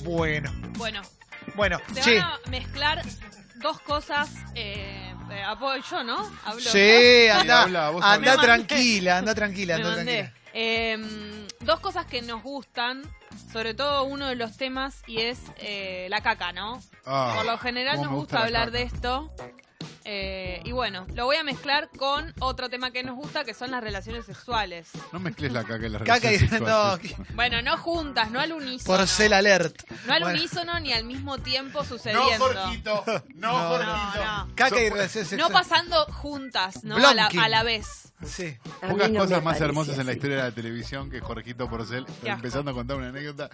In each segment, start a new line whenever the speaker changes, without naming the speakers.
Bueno,
Bueno,
bueno,
se
sí.
van a mezclar dos cosas. Eh, eh, apoyo yo, ¿no? Hablo
Sí, anda,
habla, vos
anda
habla.
tranquila, anda tranquila,
Me
anda
mandé.
tranquila.
Eh, dos cosas que nos gustan, sobre todo uno de los temas, y es eh, la caca, ¿no?
Ah,
Por lo general
cómo
nos
me
gusta,
la
hablar
caca.
de esto. Eh, y bueno, lo voy a mezclar con otro tema que nos gusta, que son las relaciones sexuales.
No mezcles la caca y la
Caca y no,
Bueno, no juntas, no al unísono.
porcel alert.
No al
Bueno,
unísono ni al mismo tiempo sucediendo.
no,
no, no.
Caca y relaciones
No
sexuales.
pasando juntas, ¿no? A la,
Blonkin.
a la vez.
Sí.
A mí
Pocas
no
cosas
me
más
parece
hermosas en la
así.
historia de la televisión que Jorgito Porcel
Qué asco.
empezando a contar una anécdota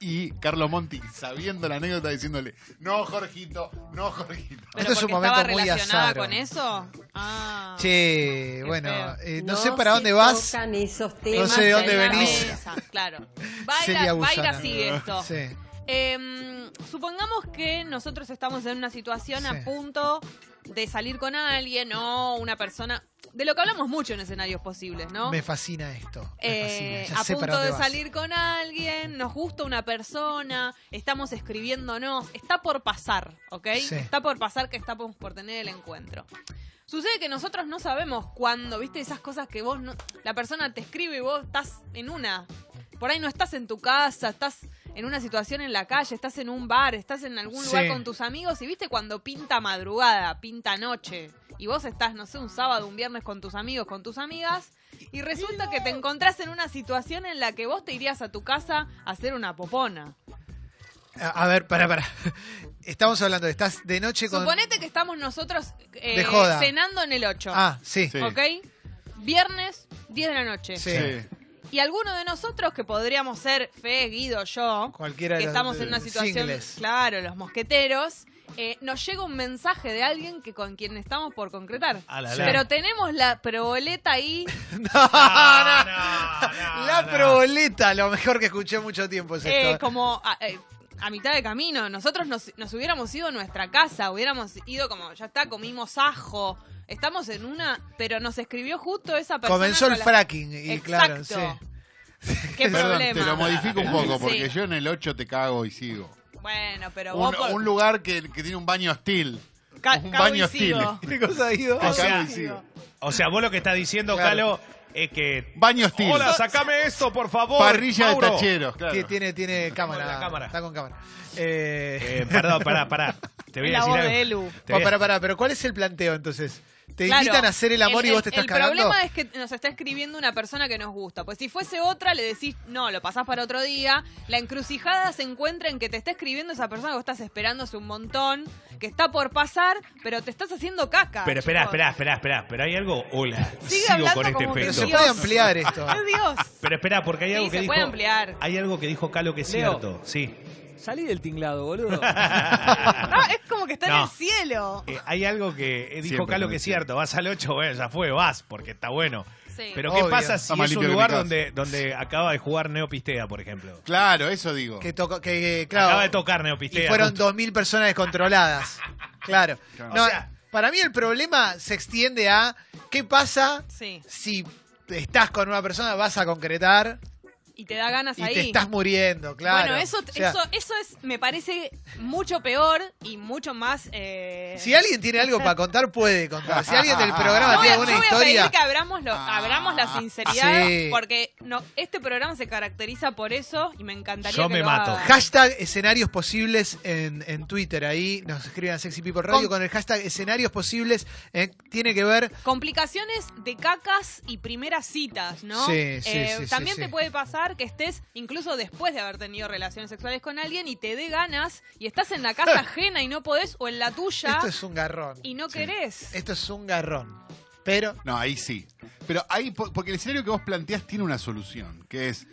y Carlo Monti sabiendo la anécdota diciéndole, no Jorgito, no Jorgito.
Pero
Esto es un
porque
momento
estaba
muy
relacionada
azar.
con eso. Ah.
Che,
Qué
bueno,
feo.
eh, no, sé para dónde vas.
tocan esos
No
temas
sé de
en
dónde
la
venís.
mesa.
Esa, claro. Baila,
Celia
baila
Busana.
sigue esto.
Sí.
Eh, supongamos que nosotros estamos en una situación
Sí.
a punto de salir con alguien o una persona. De lo que hablamos mucho en escenarios posibles, ¿no?
Me fascina esto. me fascina,
Eh,
ya
a
sé para
punto
dónde
de
vas.
salir con alguien, nos gusta una persona, estamos escribiéndonos, está por pasar, ¿ok?
Sí.
Está por pasar que estamos por tener el encuentro. Sucede que nosotros no sabemos cuándo, ¿viste? Esas cosas que vos no. La persona te escribe y vos estás en una. Por ahí no estás en tu casa, estás en una situación en la calle, estás en un bar, estás en algún lugar
Sí.
con tus amigos y viste cuando pinta madrugada, pinta noche. Y vos estás, no sé, un sábado, un viernes con tus amigos, con tus amigas. Y resulta que te encontrás en una situación en la que vos te irías a tu casa a hacer una popona.
A, a ver, para, para. Estamos hablando de estás de noche con.
Suponete que estamos nosotros eh,
De joda.
cenando en el 8.
Ah, sí.
Sí.
¿Ok? Viernes, 10 de la noche.
Sí.
Sí.
Y alguno de nosotros, que podríamos ser Fe, Guido, yo,
Cualquiera de
que
los
estamos en una
eh,
situación,
singles.
claro, los mosqueteros, eh, nos llega un mensaje de alguien que con quien estamos por concretar.
A la
Sí.
la.
Pero tenemos la proboleta ahí.
Ah, no, no,
La
no.
proboleta, lo mejor que escuché mucho tiempo es
Eh,
esto.
como a, eh, a mitad de camino. Nosotros nos, nos hubiéramos ido a nuestra casa, hubiéramos ido como, ya está, comimos ajo. Estamos en una, pero nos escribió justo esa persona.
Comenzó el
con la-
fracking, y claro,
Exacto.
sí.
Qué
Perdón,
problema.
te lo modifico un poco porque
Sí.
yo en el 8 te cago y sigo.
Bueno, pero
Un,
vos por-
un lugar que, que tiene un baño hostil.
ca-
un
cago y
baño hostil.
sigo.
¿Qué cosa ha ido?
Te
sea,
cago y sigo.
O sea, vos lo que estás diciendo,
Claro.
Calo, es que.
Baño hostil.
Hola, sacame esto, por favor.
Parrilla
Mauro.
de tacheros, claro.
Que tiene, tiene cámara,
la cámara.
Está con cámara. Eh, oh,
Eh, perdón, pará, pará. Te voy
Es la
a decir
voz
algo.
de Elu.
Te voy a-
Pará, pará, pero ¿cuál es el planteo entonces? ¿Te
Claro.
invitan a hacer el amor y vos te estás
el
cagando?
problema es que nos está escribiendo una persona que nos gusta. Pues si fuese otra, le decís, no, lo pasás para otro día. La encrucijada se encuentra en que te está escribiendo esa persona que vos estás esperando hace un montón, que está por pasar, pero te estás haciendo caca.
Pero esperá,
chicos.
esperá, esperá, esperá. Pero hay algo. Hola.
Sigue
Sigo
hablando
con este
como que
Pero
efecto.
se
Dios.
puede ampliar esto.
¡Ay, Dios!
Pero esperá, porque hay
Sí,
algo que
se
dijo.
puede ampliar.
Hay algo que dijo Calo que es
Leo.
cierto. Sí.
Salí del tinglado, boludo.
No, es como que está en
No.
el cielo.
Eh, hay algo que dijo
Siempre
Calo
me
que es
decía.
cierto. Vas al 8, bueno, ya fue, vas, porque está bueno.
Sí.
Pero
Obvio.
¿qué pasa si
Está más
es un
limpio que
lugar
mi casa.
donde, donde acaba de jugar Neopistea, por ejemplo?
Claro, eso digo.
Que, tocó- que, claro,
Acaba de tocar Neopistea.
Y fueron
justo.
2.000 personas descontroladas. Claro.
Claro.
No,
O sea-
para mí el problema se extiende a qué pasa
Sí.
si estás con una persona, vas a concretar
Y te da ganas
y
ahí.
te estás muriendo, claro.
Bueno, eso,
O sea,
eso, eso es, me parece mucho peor y mucho más. Eh...
Si alguien tiene algo para contar, puede contar. Si alguien del programa
No,
tiene
yo
alguna
voy a
historia.
pedir que abramos, lo-
Ah.
abramos la sinceridad
Sí.
porque no, este programa se caracteriza por eso y me encantaría
Yo
que
me
lo
mato.
hagan.
Hashtag escenarios posibles en, en Twitter. Ahí nos escriben a Sexy People Radio
Con-
con, el hashtag escenarios posibles. eh, tiene que ver.
Complicaciones de cacas y primeras citas, ¿no? Eh,
Sí, sí, sí, sí,
También
sí.
te puede pasar que estés incluso después de haber tenido relaciones sexuales con alguien y te dé ganas y estás en la casa ajena y no podés o en la tuya
Eh. Esto es un garrón.
y no querés.
Esto es un garrón. Pero.
No, ahí sí. Pero ahí, po- porque el escenario que vos planteás tiene una solución, que es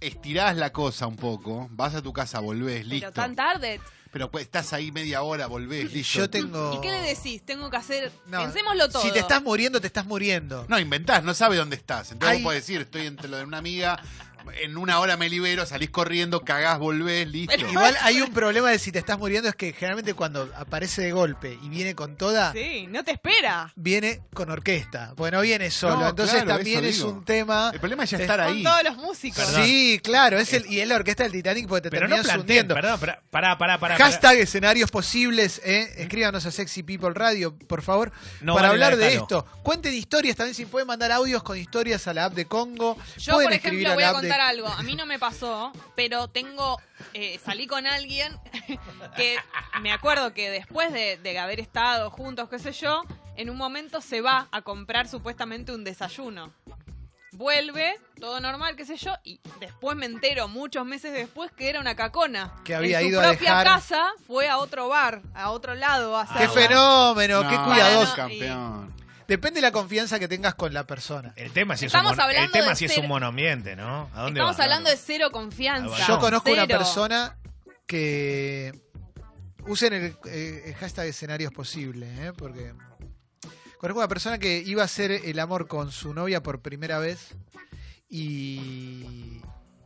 estirás la cosa un poco, vas a tu casa, volvés,
Pero
listo.
tan tarde.
Pero pues, estás ahí media hora, volvés, listo.
Yo tengo.
¿Y qué le decís? Tengo que hacer.
No,
Pensémoslo todo.
Si te estás muriendo, te estás muriendo.
No, inventás, no sabe dónde estás. Entonces
Ahí-
vos podés decir, estoy entre lo de una amiga, en una hora me libero, salís corriendo, cagás, volvés, listo.
Pero-
Igual hay un problema de si te estás muriendo, es que generalmente cuando aparece de golpe y viene con toda,
Sí, no te espera.
viene con orquesta, porque no viene solo.
No,
Entonces
claro,
también
eso
es
digo.
un tema.
El problema es ya estar
Con
ahí.
todos los músicos.
Perdón.
Sí, claro, es el, y es la orquesta del Titanic porque te
Pero no
terminas
planteen,
hundiendo.
perdón, pará, pará, pará. pará.
Hashtag escenarios posibles, eh, escríbanos a Sexy People Radio, por favor,
No
para
vale la
hablar
de
de
Cano.
esto. Cuenten historias también, si pueden mandar audios con historias a la app de Congo.
Yo,
pueden
por
escribir
ejemplo, voy
la
a
app de-
contar algo. A mí no me pasó, pero tengo. eh, salí con alguien que me acuerdo que después de, de haber estado juntos, qué sé yo, en un momento se va a comprar supuestamente un desayuno. Vuelve, todo normal, qué sé yo, y después me entero, muchos meses después, que era una cacona.
Que había
en su
ido a
propia
dejar-
casa, fue a otro bar, a otro lado. A
¡Qué
hacerla.
fenómeno!
No,
¡Qué cuidadoso!
Bueno,
campeón.
Depende de la confianza que tengas con la persona.
El tema si es
Estamos
un, mono- el
hablando
tema
de
si es
ser-
un monoambiente, ¿no? ¿A dónde
Estamos
va? Ah,
hablando de cero confianza.
Yo conozco una
cero.
persona que usen el, eh, el hashtag escenarios posibles, ¿eh? porque conozco una persona que iba a hacer el amor con su novia por primera vez y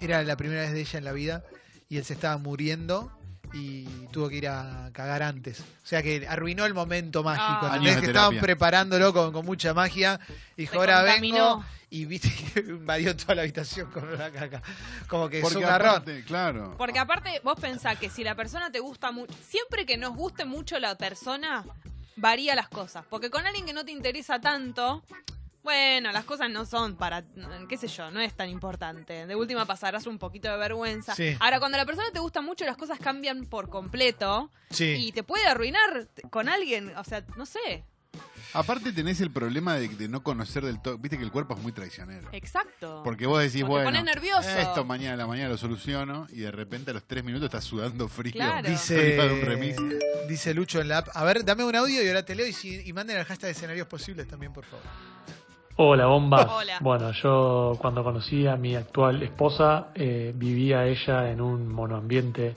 era la primera vez de ella en la vida y él se estaba muriendo y tuvo que ir a cagar antes. O sea que arruinó el momento mágico.
Ah.
¿entendés?
Años de
Que estaban
terapia.
preparándolo con, con mucha magia. Dijo,
Se
ahora vengo.
contaminó.
Y viste que invadió toda la habitación con una caca. Como que es un garrón.
aparte, claro.
Porque aparte, vos pensás que si la persona te gusta mucho, siempre que nos guste mucho la persona, varía las cosas. Porque con alguien que no te interesa tanto, bueno, las cosas no son para, mm, qué sé yo, no es tan importante. De última pasarás un poquito de vergüenza.
Sí.
Ahora, cuando la persona te gusta mucho, las cosas cambian por completo
Sí.
y te puede arruinar t- con alguien, o sea, no sé.
Aparte tenés el problema de, de no conocer del todo. Viste que el cuerpo es muy traicionero.
Exacto.
Porque vos decís,
O te
bueno,
pones nervioso.
esto mañana a la mañana lo soluciono y de repente a los tres minutos estás sudando frío.
Claro.
Dice,
Arriba de un remis.
dice Lucho en la app. A ver, dame un audio y ahora te leo y, si- y manden el hashtag de escenarios posibles también, por favor.
Hola, bomba.
Hola.
Bueno, yo cuando conocí a mi actual esposa, eh, vivía ella en un monoambiente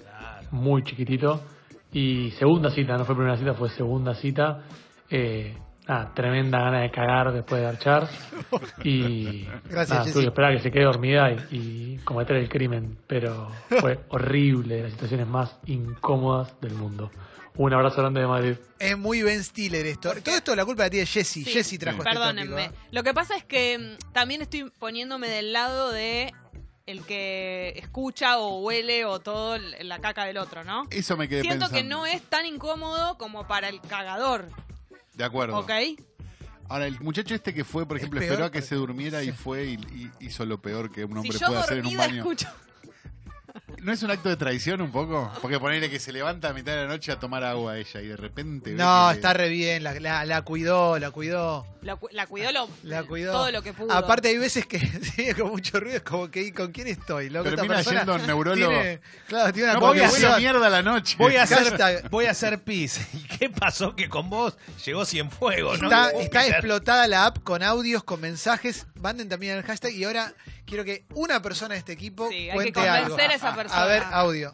muy chiquitito. Y segunda cita, no fue primera cita, fue segunda cita. Eh, nada, tremenda gana de cagar después de archar. Y
Gracias,
nada, tuve
Jessy.
que esperar a que se quede dormida y, y cometer el crimen. Pero fue horrible, de las situaciones más incómodas del mundo. Un abrazo grande de Madrid.
Es muy Ben Stiller esto. Todo esto la culpa la tiene Jesse.
Sí.
Jesse trajo este
Perdónenme.
tópico, ¿eh?
Lo que pasa es que mm, también estoy poniéndome del lado de el que escucha o huele o todo l- la caca del otro, ¿no?
Eso me quedé
Siento
pensando.
que no es tan incómodo como para el cagador,
De acuerdo.
¿ok?
Ahora, el muchacho este que fue, por
Es
ejemplo,
peor
esperó a que
porque-
se durmiera
sí.
y fue y, y hizo lo peor que un
Si
hombre
yo
puede hacer en un
dormida
baño.
escucho...
¿No es un acto de traición un poco? Porque ponerle que se levanta a mitad de la noche a tomar agua a ella y de repente... ve
No,
que-
está re bien. La, la- la cuidó, la cuidó.
La, cu- la cuidó lo-
La cuidó.
todo lo que pudo.
Aparte, hay veces que sí, con mucho ruido es como que ¿y ¿con quién estoy? Loco, Esta
Termina
persona
yendo al neurólogo.
tiene- claro, tiene una
Porque
No, porque voy a
huele a
convulsión.
mierda la noche.
Voy a
Hashtag.
hacer, voy a hacer pis. ¿Y qué pasó que con vos llegó Cienfuegos?
Está,
¿no?
está
Peter.
explotada la app con audios, con mensajes. Manden también el hashtag. Y ahora quiero que una persona de este equipo
Sí, hay que
cuente algo.
convencer a esa persona.
A ver, audio.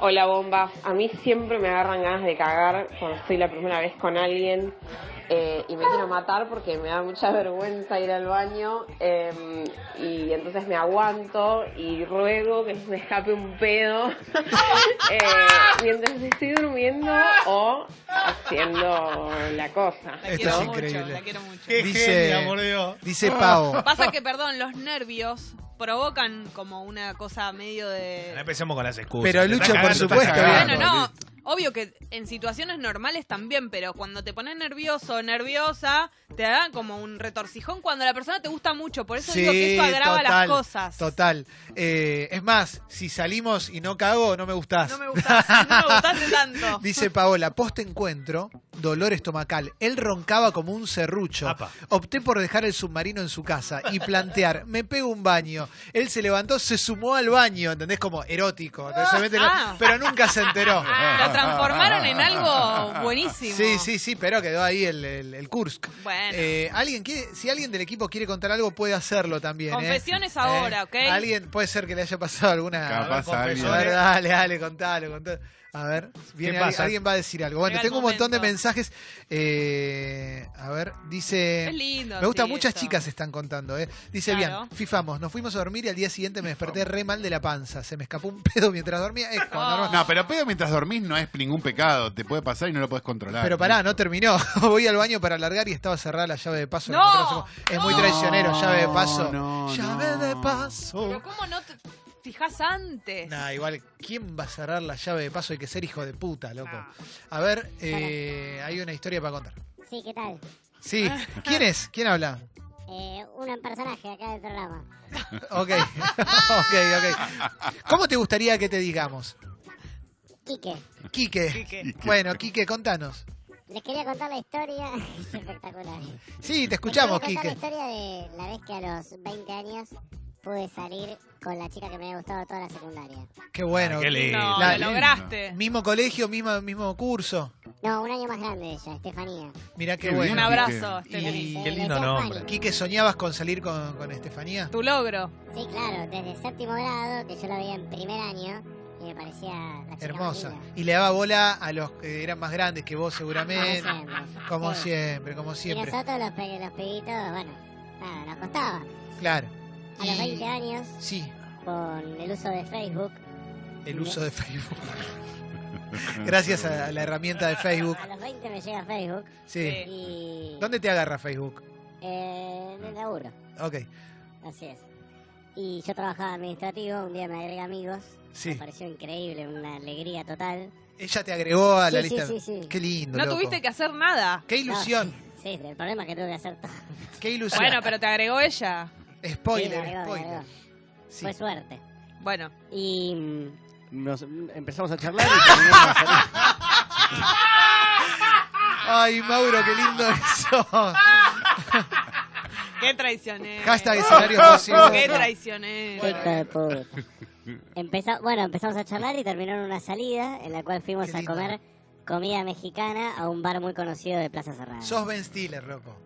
Hola bomba, a mí siempre me agarran ganas de cagar cuando estoy la primera vez con alguien eh, y me quiero matar porque me da mucha vergüenza ir al baño eh, y entonces me aguanto y ruego que me escape un pedo eh, mientras estoy durmiendo o haciendo la cosa.
la
Esto
quiero
es
mucho,
increíble.
la quiero mucho.
Qué
Dice-
genia, por Dios.
Dice Pau.
Pasa que, perdón, los nervios provocan como una cosa medio de...
Ahora empecemos con las excusas.
Pero
Te
Lucho,
estás
por
cagando,
supuesto,
te estás
bien.
Bueno,
cagando.
no. Obvio que en situaciones normales también, pero cuando te pones nervioso o nerviosa, te da como un retorcijón cuando la persona te gusta mucho. Por eso digo que eso agrava las
total,
cosas.
Total. Eh, es más, si salimos y no cago, no me gustás.
No me gustas, no me gustaste tanto.
Dice Paola, post encuentro, dolor estomacal. Él roncaba como un serrucho.
Apa.
Opté por dejar el submarino en su casa y plantear, me pego un baño. Él se levantó, se sumó al baño, ¿entendés? Como erótico. ¿entendés? Se mete la-
Ah.
Pero nunca se enteró.
Lo transformaron en algo buenísimo.
Sí, sí, sí, pero quedó ahí el, el, el Kursk.
Bueno.
Eh, alguien quiere- si alguien del equipo quiere contar algo, puede hacerlo también. ¿eh?
Confesiones ahora, ¿ok?
Alguien puede ser que le haya pasado alguna.
Capaz
A ver,
A
confesores.
alguien.
ver, dale, dale, contalo, contalo. A ver, viene,
pasa?
alguien, alguien va a decir algo. Bueno,
Llega el
tengo un montón de
momento.
mensajes. Eh, a ver, dice.
Es lindo.
eh. Me gusta,
sí,
muchas
esto.
chicas están contando, ¿eh? Dice
Claro.
bien, fifamos, nos fuimos a dormir y al día siguiente me desperté re mal de la panza. Se me escapó un pedo mientras dormía. Es como
Oh.
normal.
No, pero pedo mientras dormís no es ningún pecado. Te puede pasar y no lo puedes controlar.
Pero pará, no terminó. Voy al baño para largar y estaba cerrada la llave de paso.
No.
La encontré hace poco. es muy
No.
traicionero, llave de paso.
No, no.
llave de paso.
Pero ¿cómo no te fijas antes?
Nah, igual, ¿quién va a cerrar la llave de paso? Hay que ser hijo de puta, loco.
Ah.
A ver, eh, hay una historia para contar.
Eh, Sí, ¿qué tal?
Sí,
Ah.
¿quién es? ¿Quién habla?
Eh, un personaje acá del programa.
Ok, ok, ok. ¿Cómo te gustaría que te digamos?
Quique,
Quique. Bueno, Quique, contanos.
les quería contar la historia. Es espectacular.
Sí, te escuchamos,
Les quería
Quique.
contar la historia de la vez que a los 20 años pude salir con la chica que me había gustado toda la secundaria.
Qué bueno.
Ah, qué lindo.
No,
eh, La-
lo lograste.
mismo colegio, mismo, mismo curso.
No, un año más grande de ella, Estefanía.
Mirá qué
Qué
bueno.
Un
bien.
abrazo,
Y-
Estefanía.
Qué
Le
lindo
decía
nombre.
Fanny.
Quique, ¿soñabas con salir con, con Estefanía?
Tu logro.
Sí, claro, desde séptimo grado, que yo la veía en primer año, y me parecía la chica más
Hermosa.
linda.
Y le daba bola a los que eran más grandes que vos seguramente. Como
Como siempre. Ah, Sí.
siempre, como
Y
siempre.
nosotros los, pe- los pibitos, bueno, nada, nos costaba.
Claro.
A los
Y,
20 años,
sí,
con el uso de Facebook,
el uso de Facebook. Gracias a la herramienta de Facebook.
a los 20 me llega Facebook
Sí.
Sí.
y...
¿Dónde te agarra Facebook?
Eh, en el laburo,
Ok.
así es. Y yo trabajaba administrativo, un día me agregué amigos, me
Sí.
pareció increíble, una alegría total.
Ella te agregó a la
Sí, sí,
lista.
sí, sí.
Qué lindo.
No
loco.
tuviste que hacer nada.
Qué ilusión.
No, sí, el problema es que tuve que hacer todo.
Qué ilusión.
Bueno, pero te agregó ella.
Sí, me
Spoiler,
agregó, me
spoiler.
agregó.
Sí.
Fue suerte.
Bueno,
Y mm,
Nos- empezamos a charlar y terminamos a salir.
ah.
Ay, Mauro, qué lindo eso.
qué traicioné.
Hashtag escenario posible.
Qué traicioné.
Bueno,
Hijo de puta. Empeza- bueno, empezamos a charlar y terminó en una salida en la cual fuimos
Qué
a
lindo.
comer comida mexicana a un bar muy conocido de Plaza Cerrada.
Sos Ben Stiller, loco.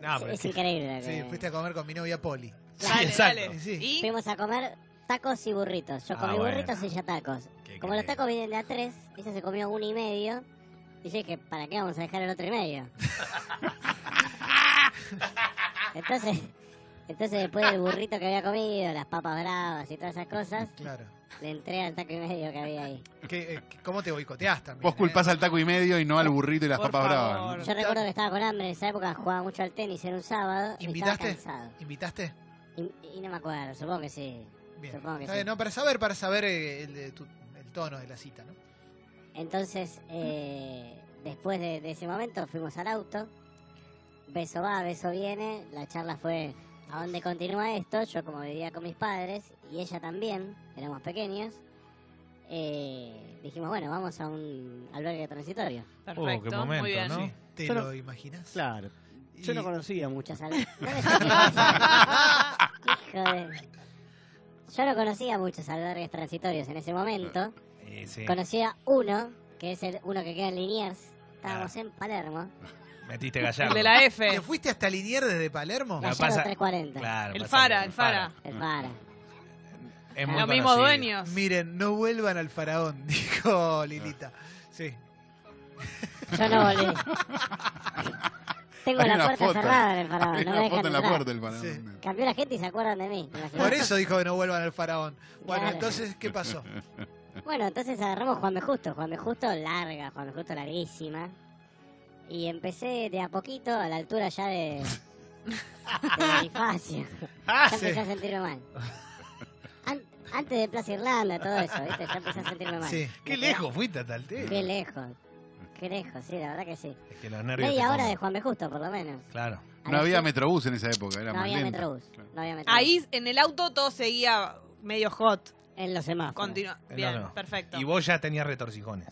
No,
Es-
pero
es
es que-
increíble. lo
Sí,
que-
fuiste a comer con mi novia Poli.
Dale,
exacto.
dale.
Sí.
Y
Fuimos a comer tacos y burritos. Yo
Ah,
comí
bueno.
burritos y ella tacos.
Qué
Como los
increíble.
tacos vienen de a tres, ella se comió uno y medio. Y yo dije, ¿para qué vamos a dejar el otro y medio? entonces, entonces después del burrito que había comido, las papas bravas y todas esas cosas,
Claro.
le entré al taco y medio que había ahí.
¿Qué, eh, ¿Cómo te boicoteás también?
Vos culpás
eh?
al taco y medio y no al burrito y las
Por
papas
favor.
bravas. ¿no?
Yo recuerdo que estaba con hambre en esa época, jugaba mucho al tenis, era un sábado, y estaba
¿Invitaste?
cansado.
¿Invitaste?
Y, y no me acuerdo, supongo que sí.
Bien.
Supongo que
Está bien,
sí.
No, para saber, para saber eh, el, eh, tu- el tono de la cita, ¿no?
Entonces, eh, después de, de ese momento, fuimos al auto. Beso va, beso viene. La charla fue a dónde continúa esto. Yo, como vivía con mis padres y ella también, éramos pequeños, eh, dijimos: bueno, vamos a un albergue transitorio.
perfecto.
Oh, qué momento,
Muy bien.
¿no?
¿Te
Yo
lo
no-
imaginas?
Claro. Yo
Y-
no conocía mucho.
Muchas albergues. Hijo de- Yo no conocía muchos albergues transitorios en ese momento.
Eh, sí.
Conocía uno, que es el uno que queda en Liniers.
Ah.
Estábamos en Palermo.
Metiste
El
gallardo.
de la
¿Te
F.
fuiste hasta Liniers desde Palermo?
La
Gallardo
pasa-
340.
Claro,
El
pasa-
Fara, el Fara.
El para.
Es muy
Los mismos
conocido.
dueños.
Miren, no vuelvan al faraón, dijo Lilita. Sí.
Yo no volví. Tengo
Hay
la
una
puerta
foto.
cerrada en el faraón.
Hay
No me
una
dejan
foto en la
entrar.
puerta del Panamá.
Sí.
Cambió la gente y se acuerdan de mí. ¿te imaginas?
Por eso dijo que no vuelvan al faraón. Bueno,
Claro.
entonces, ¿qué pasó?
Bueno, entonces agarramos Juan B. Justo. Juan B. Justo larga, Juan B. Justo larguísima. Y empecé de a poquito a la altura ya de. de Bonifacio.
Ah,
Ya
sí.
empecé a sentirme mal. An- antes de Plaza Irlanda, todo eso, ¿viste? Ya empecé a sentirme mal.
Sí.
Qué lejos fuiste hasta el té.
Qué lejos. Qué lejos, sí, la verdad que sí.
Es que los nervios te
Media hora
comen.
de Juan B. Justo, por lo menos.
Claro.
A
No
las
había
siete-
metrobús en esa época, era
No
más
había
lenta.
metrobús. No había metrobús.
Ahí en el auto todo seguía medio hot.
En los semáforos.
Continúa.
No,
Bien,
no.
perfecto.
Y vos ya tenías retorcijones.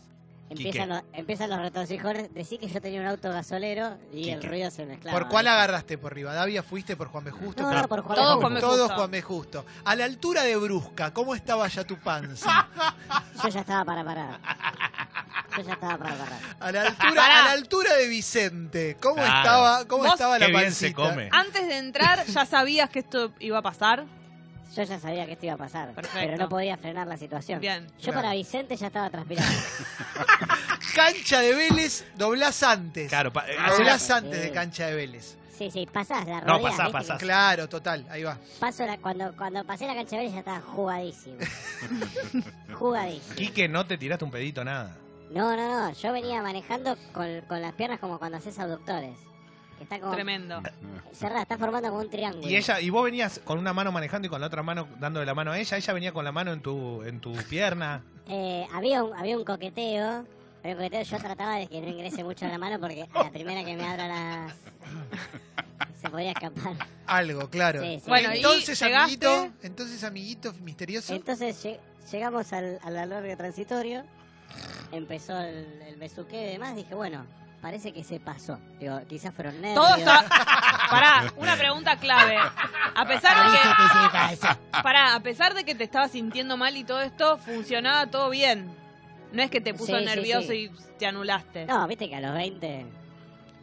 empiezan, los, empiezan los retorcijones. Decí que yo tenía un auto gasolero y el
Quique.
ruido se mezclaba.
¿Por cuál agarraste? ¿Por Rivadavia? ¿Fuiste por Juan B. Justo?
No,
Por-
no, por Juan
Todos
B.
Juan B.
Todos
Justo.
Juan B. Justo. A la altura de Brusca, ¿cómo estaba ya tu panza?
Yo ya estaba para parar. Yo ya estaba para parar.
A la altura, a la altura de Vicente, ¿cómo
Claro.
estaba, cómo
Vos-
estaba la
Qué
pancita?
bien se come.
Antes de entrar, ¿ya sabías que esto iba a pasar?
Yo ya sabía que esto iba a pasar,
Perfecto.
pero no podía frenar la situación.
Bien.
Yo
Claro.
para Vicente ya estaba transpirando.
Cancha de Vélez, doblás antes.
Claro, pa- eh, hace la-
Doblás antes de cancha de Vélez.
Sí, sí, pasás la
No,
rodeás,
pasás,
¿viste?
pasás.
Claro, total, ahí va.
Paso la- cuando, cuando pasé la cancha de Vélez ya estaba jugadísimo. jugadísimo.
Quique, no te tiraste un pedito nada.
No, no, no. Yo venía manejando con, con las piernas como cuando haces abductores. Que Está como
Tremendo.
cerrada, está formando como un triángulo.
Y ella, y vos venías con una mano manejando y con la otra mano dándole la mano a ella, ella venía con la mano en tu, en tu pierna.
Eh, había, un, había un coqueteo. Había un coqueteo. Yo trataba de que no ingrese mucho la mano porque a la primera que me abra las. se podría escapar.
Algo, claro.
Sí, sí,
Bueno,
sí.
y-
entonces,
llegaste.
amiguito, entonces, amiguito misterioso.
Entonces lle- llegamos al, al albergue transitorio, empezó el, el besuqueo y demás, dije, bueno, parece que se pasó. Digo, quizás fueron nervios.
Todos sab- Pará, una pregunta clave. A pesar de
pues,
"Ah,
que. Pará, a pesar de que te estabas sintiendo mal y todo esto, funcionaba todo bien. No es que te puso
Sí, sí,
nervioso
sí.
y te anulaste.
No, viste que a los 20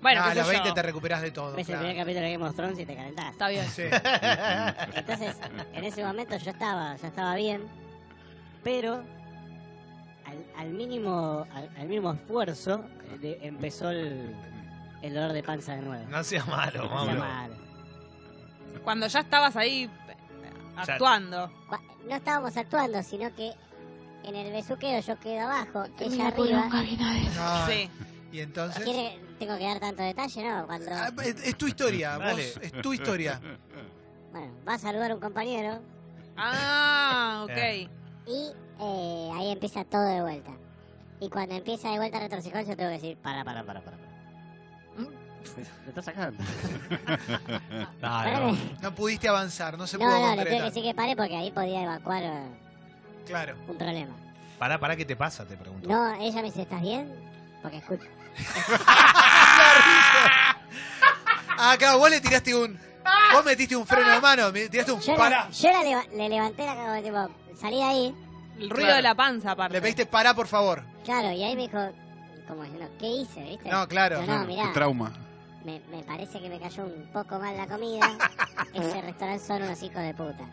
Bueno,
Ah, a
qué sé
los 20
yo.
te recuperás de todo.
ves el primer
claro.
capítulo de Game of Thrones y te calentás.
Está bien.
Sí.
Entonces, en ese momento yo estaba, ya estaba bien, pero al, al mínimo al, al mínimo esfuerzo eh, de- empezó el, el dolor de panza de nuevo.
No seas malo,
O sea,
Mauro.
mal.
Cuando ya estabas ahí eh,
Ya-
actuando.
Cua- no estábamos actuando, sino que en el besuqueo yo quedo abajo, ella arriba.
No,
Sí.
Ah, Y entonces.
¿Quiere- tengo que dar tanto detalle, ¿no? Cuando
Ah, es, es tu historia, vos,
Dale.
es tu historia.
bueno, va a saludar un compañero
Ah,
Eh.
ok.
y eh, ahí empieza todo de vuelta. Y cuando empieza de vuelta retrocejón, yo tengo que decir, para, para, para, para.
Me está sacando.
Claro.
No pudiste avanzar, no se
No,
pudo
no, le tengo que
concretar.
decir que pare porque ahí podía evacuar eh,
Claro.
un problema.
Pará, pará, ¿qué te pasa? Te pregunto.
No, ella me dice, ¿estás bien? Porque escucho.
Ah, claro, vos le tiraste un. Vos metiste un freno de mano, me tiraste un.
Ah. Yo,
Pará.
la- yo la leva- le levanté la cara, tipo, salí de ahí,
El ruido
Claro.
de la panza, aparte.
Le pediste pará, por favor.
claro, y ahí me dijo, como diciendo, ¿qué hice, viste?
No, claro.
Yo,
no.
no, mirá,
Qué trauma.
Me, me parece que me cayó un poco mal la comida. Ese restaurante son unos hijos de puta.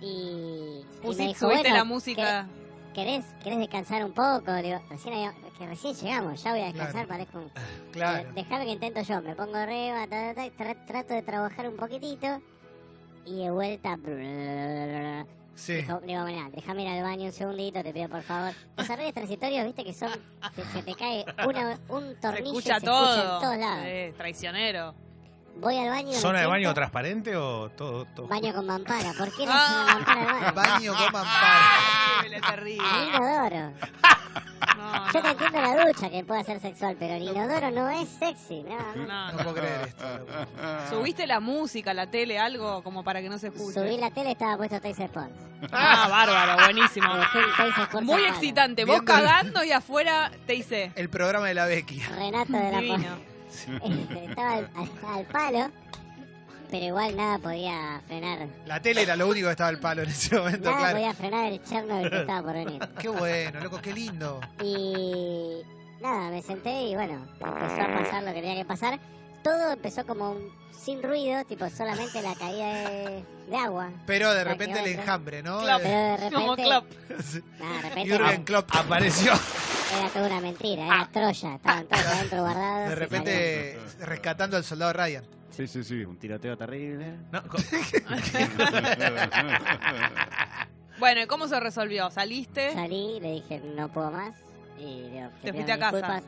Y, y
Pusi-
me dijo,
subiste
bueno,
la música.
¿qué- ¿querés, querés descansar un poco? Le digo, recién, había- que recién llegamos, ya voy a descansar,
Claro.
parezco un...
Claro.
Pero Dejame Eh, que intento yo, me pongo reba, ta, ta, ta, y tra- trato de trabajar un poquitito. Y de vuelta...
Eh.
Sí.
Dijo, digo, mirá, déjame ir al baño un segundito, te pido por favor. Los arreglos transitorios, viste que son... Se, se te cae una- un
Se
tornillo y
escucha
se
todo.
escucha en todos lados.
Eh, traicionero.
Voy al baño.
¿Zona de
me
baño
siento-
transparente o todo? todo?
Baño con mampara. ¿Por qué no
Ah.
hacen mampara al baño?
Baño, coman pan.
Terrible, terrible.
Al inodoro.
No,
Yo te
no,
entiendo la ducha que pueda ser sexual, pero el inodoro no es sexy. No,
no,
no.
No
no.
puedo creer esto. loco.
¿Subiste la música, la tele, algo como para que no se escuche?
Subí la tele estaba puesto Tays Sports.
Ah, bárbaro, buenísimo.
Me dejé un Tays Sports.
Ah, Muy
al lado.
excitante. Vos
Viendo-
cagando y afuera te hice.
El programa de la Becky.
Renato de la
Divino.
Posta. Estaba al, al- al palo, pero igual nada podía frenar.
La tele era lo único que estaba al palo en ese momento,
Nada
claro.
podía frenar el Chernobyl que estaba por venir.
Qué bueno, loco, qué lindo.
Y nada, me senté y bueno, empezó a pasar lo que tenía que pasar. Todo empezó como un- sin ruido, tipo solamente la caída de, de agua.
Pero de
Ah,
repente
qué
el
bueno.
enjambre, ¿no?
Claro.
Pero
Eh,
de repente,
Como club.
nada, de repente
Jürgen
era,
Klopp.
Ah, Apareció.
era toda una mentira,
Ah.
era Troya, estaban todos adentro guardados.
De
y
repente rescatando al soldado Ryan.
Sí, sí, sí. Un tiroteo terrible.
No, co-
Bueno, ¿y cómo se resolvió?
salí.
¿Saliste?
Salí, le dije no puedo más y le digo,
Te
pido
fuiste a casa.
disculpas,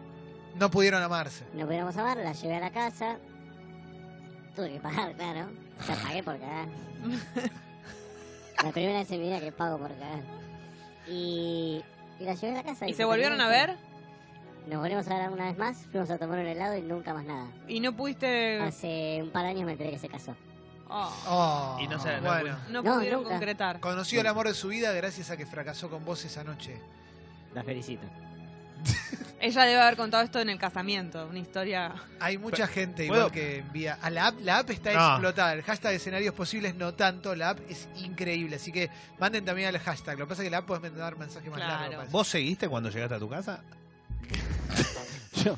No pudieron amarse.
No pudiéramos hablar, la llevé a la casa. Tuve que pagar, claro. Ya pagué por cagar. la primera vez en mi vida que pago por cagar. Y, y la llevé a la casa.
¿Y se volvieron a ver?
Nos volvimos a ver una vez más, fuimos a tomar un helado y nunca más nada.
¿Y no pudiste.?
Hace un par de años me enteré que se casó.
Oh,
Oh,
Y no se- no
bueno.
no
No,
pudieron
nunca.
concretar.
Conoció el amor de su vida gracias a que fracasó con vos esa noche.
La felicito.
Ella debe haber contado esto en el casamiento. Una historia.
Hay mucha gente
¿puedo? Ah.
igual que envía a la app. La app está
No.
explotada. El hashtag de escenarios posibles no tanto. La app es increíble. Así que manden también al hashtag. Lo que pasa es que la app podés mandar mensaje más
Claro.
largo. parece.
¿Vos seguiste cuando llegaste a tu casa?
Yo,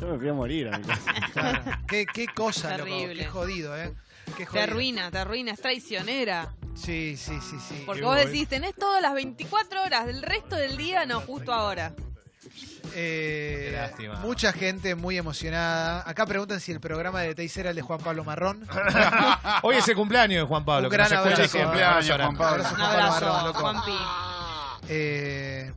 yo me fui a morir a mi casa.
Claro. Qué, qué cosa, loco.
Terrible.
Qué jodido, ¿eh? Qué
Te
jodido.
arruina, te arruina, es traicionera.
Sí, sí, sí, sí.
Porque vos decís, tenés todas las 24 horas del resto del día, no, justo ahora.
Eh,
Qué lástima.
mucha gente muy emocionada. Acá preguntan si el programa de Teis era el de Juan Pablo Marrón.
Hoy es el cumpleaños de Juan Pablo.
Un
que
gran
nos escucha
abrazo.
hace
Cumpleaños,
varios horas.
Juan Pablo.
Abrazo,
Un
Juan Pablo
abrazo,
Marrón, loco.
Juanpi.
Eh,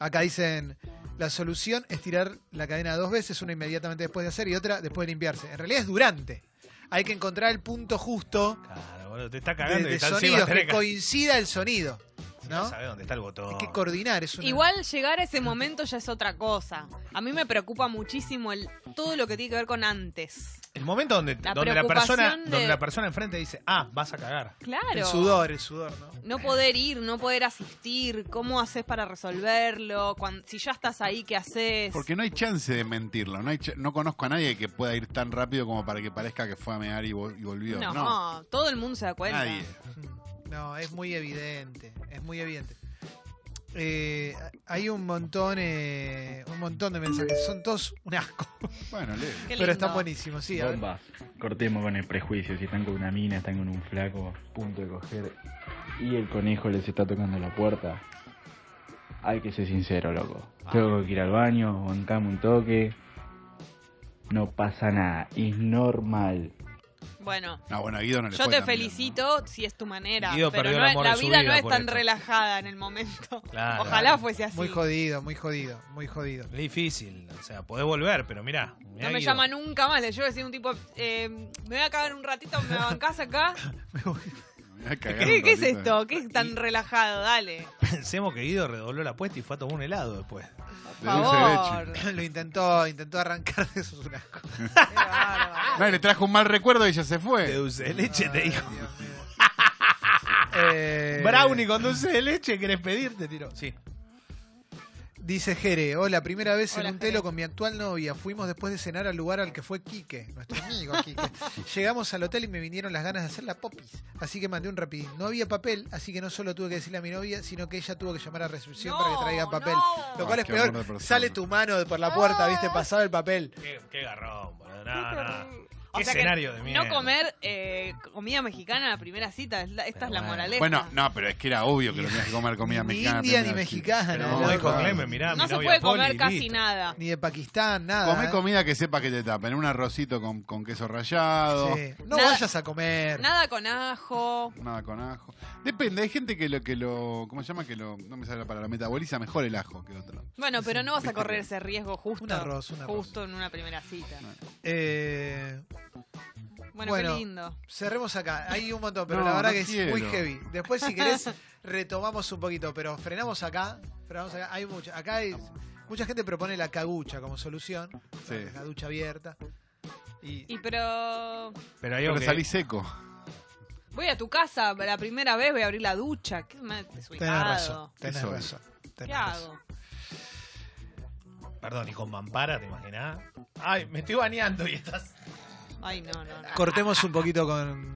acá dicen, la solución es tirar la cadena dos veces, una inmediatamente después de hacer y otra después de limpiarse. En realidad es durante. Hay que encontrar el punto justo
Claro, boludo, te está
de,
cagando
de
y está encima.
sonidos, que
tenés que-
coincida el sonido.
No
¿no?
sabés dónde está el botón.
Hay que coordinar. Es una-
Igual llegar a ese momento ya es otra cosa. A mí me preocupa muchísimo el, todo lo que tiene que ver con antes.
El momento donde
La
donde la persona
preocupación de-
donde la persona enfrente dice, "Ah, vas a cagar."
Claro.
El sudor, el sudor, ¿no?
No poder ir, no poder asistir, cómo haces para resolverlo, Cuan- si ya estás ahí, ¿qué haces?
Porque no hay chance de mentirlo. No, hay ch- no conozco a nadie que pueda ir tan rápido como para que parezca que fue a mear y, vol- y volvió.
no,
No,
todo el mundo se da cuenta.
nadie.
No, es muy evidente, es muy evidente. Eh, hay un montón, eh, un montón de mensajes, son todos un asco,
Bueno, lee.
Qué
pero están
lindo.
buenísimos, sí. a ver.
Bomba. Cortemos con el prejuicio. Si están con una mina, están con un flaco, a punto de coger. Y el conejo les está tocando la puerta. Hay que ser sincero, loco. Tengo que ir al baño, bancame un toque. No pasa nada. Es normal.
Bueno,
No, bueno, a Guido no le
yo
fue
te
tan bien,
felicito si es tu manera,
Guido
pero
perdió
no
el
es-
amor
la
de su
vida no
vida
es
por
tan
esto.
relajada en el momento.
Claro.
Ojalá fuese así.
Muy jodido, muy jodido, muy jodido.
Es difícil, o sea, podés volver, pero mirá.
No me llama nunca más. Le llevo a decir un tipo, eh, me voy a cagar un ratito, me bancás acá.
¿no? Me voy a cagar
¿Qué,
un
qué es
ratito.
esto? ¿Qué es tan relajado? Dale,
Pensemos que Guido redobló la apuesta y fue a tomar un helado después.
por
De dulce de leche.
favor.
Lo intentó, intentó arrancar de sus asco.
Qué bárbaro.
No, le trajo un mal recuerdo y ya se
De
fue.
dulce de leche te
Ay,
dijo.
Dios mío. Eh,
Brownie con dulce de leche, ¿querés pedirte, tiro? Sí.
Dice Jere, hola, primera vez
Hola,
en un telo
Jere.
con mi actual novia. Fuimos después de cenar al lugar al que fue Quique, nuestro amigo Quique. Llegamos al hotel y me vinieron las ganas de hacer la popis. Así que mandé un rapidín. No había papel, así que no solo tuve que decirle a mi novia, sino que ella tuvo que llamar a recepción para que
No,
traigan papel.
no.
Lo cual
Ah,
es
qué amor de
peor.
persona.
Sale tu mano por la puerta, viste, pasado el papel.
Qué, qué garrón, boludo.
Qué
No, no.
terrible.
Qué
O sea que
escenario de mierda.
No comer eh, comida mexicana en la primera cita. es la- Esta
Pero
es la
bueno.
moraleja.
Bueno, no, pero es que era obvio que lo tenías que comer comida
Ni
mexicana.
india ni
primero,
mexicana,
sí.
Pero
no,
como
no,
dijo
no.
Clemen, mirá,
no
mi
se
novia
puede
Poli,
comer casi
listo.
nada.
Ni de Pakistán, nada.
Comé
¿eh?
comida que sepa que te tapen. Un arrocito con, con queso rallado.
Sí. No
Nada-
vayas a comer.
Nada con ajo.
Nada con ajo. Depende, hay gente que lo, que lo, ¿cómo se llama? Que lo, no me sale la palabra, metaboliza mejor el ajo que otro.
Bueno, pero no vas a correr ese riesgo justo,
Un arroz, un arroz.
justo en una primera cita.
Eh,
Bueno,
Bueno.
qué lindo.
cerremos acá. Hay un montón, pero
No,
la verdad
no
que es
quiero.
muy heavy. Después, si querés, retomamos un poquito, pero frenamos acá. Frenamos acá. Hay mucha, acá hay- mucha gente propone la cagucha como solución.
Sí.
La ducha abierta. Y,
Y pero
Pero hay
Pero
algo
salí
que...
seco.
voy a tu casa la primera vez, voy a abrir la ducha. Qué mal
tenés
desubicado.
razón. Tenés
Eso es.
razón.
¿Qué
tenés razón.
hago?
Perdón, y con mampara, ¿te imaginás? Ay, me estoy bañando y estás...
Ay, no, no, no.
Cortemos un poquito con,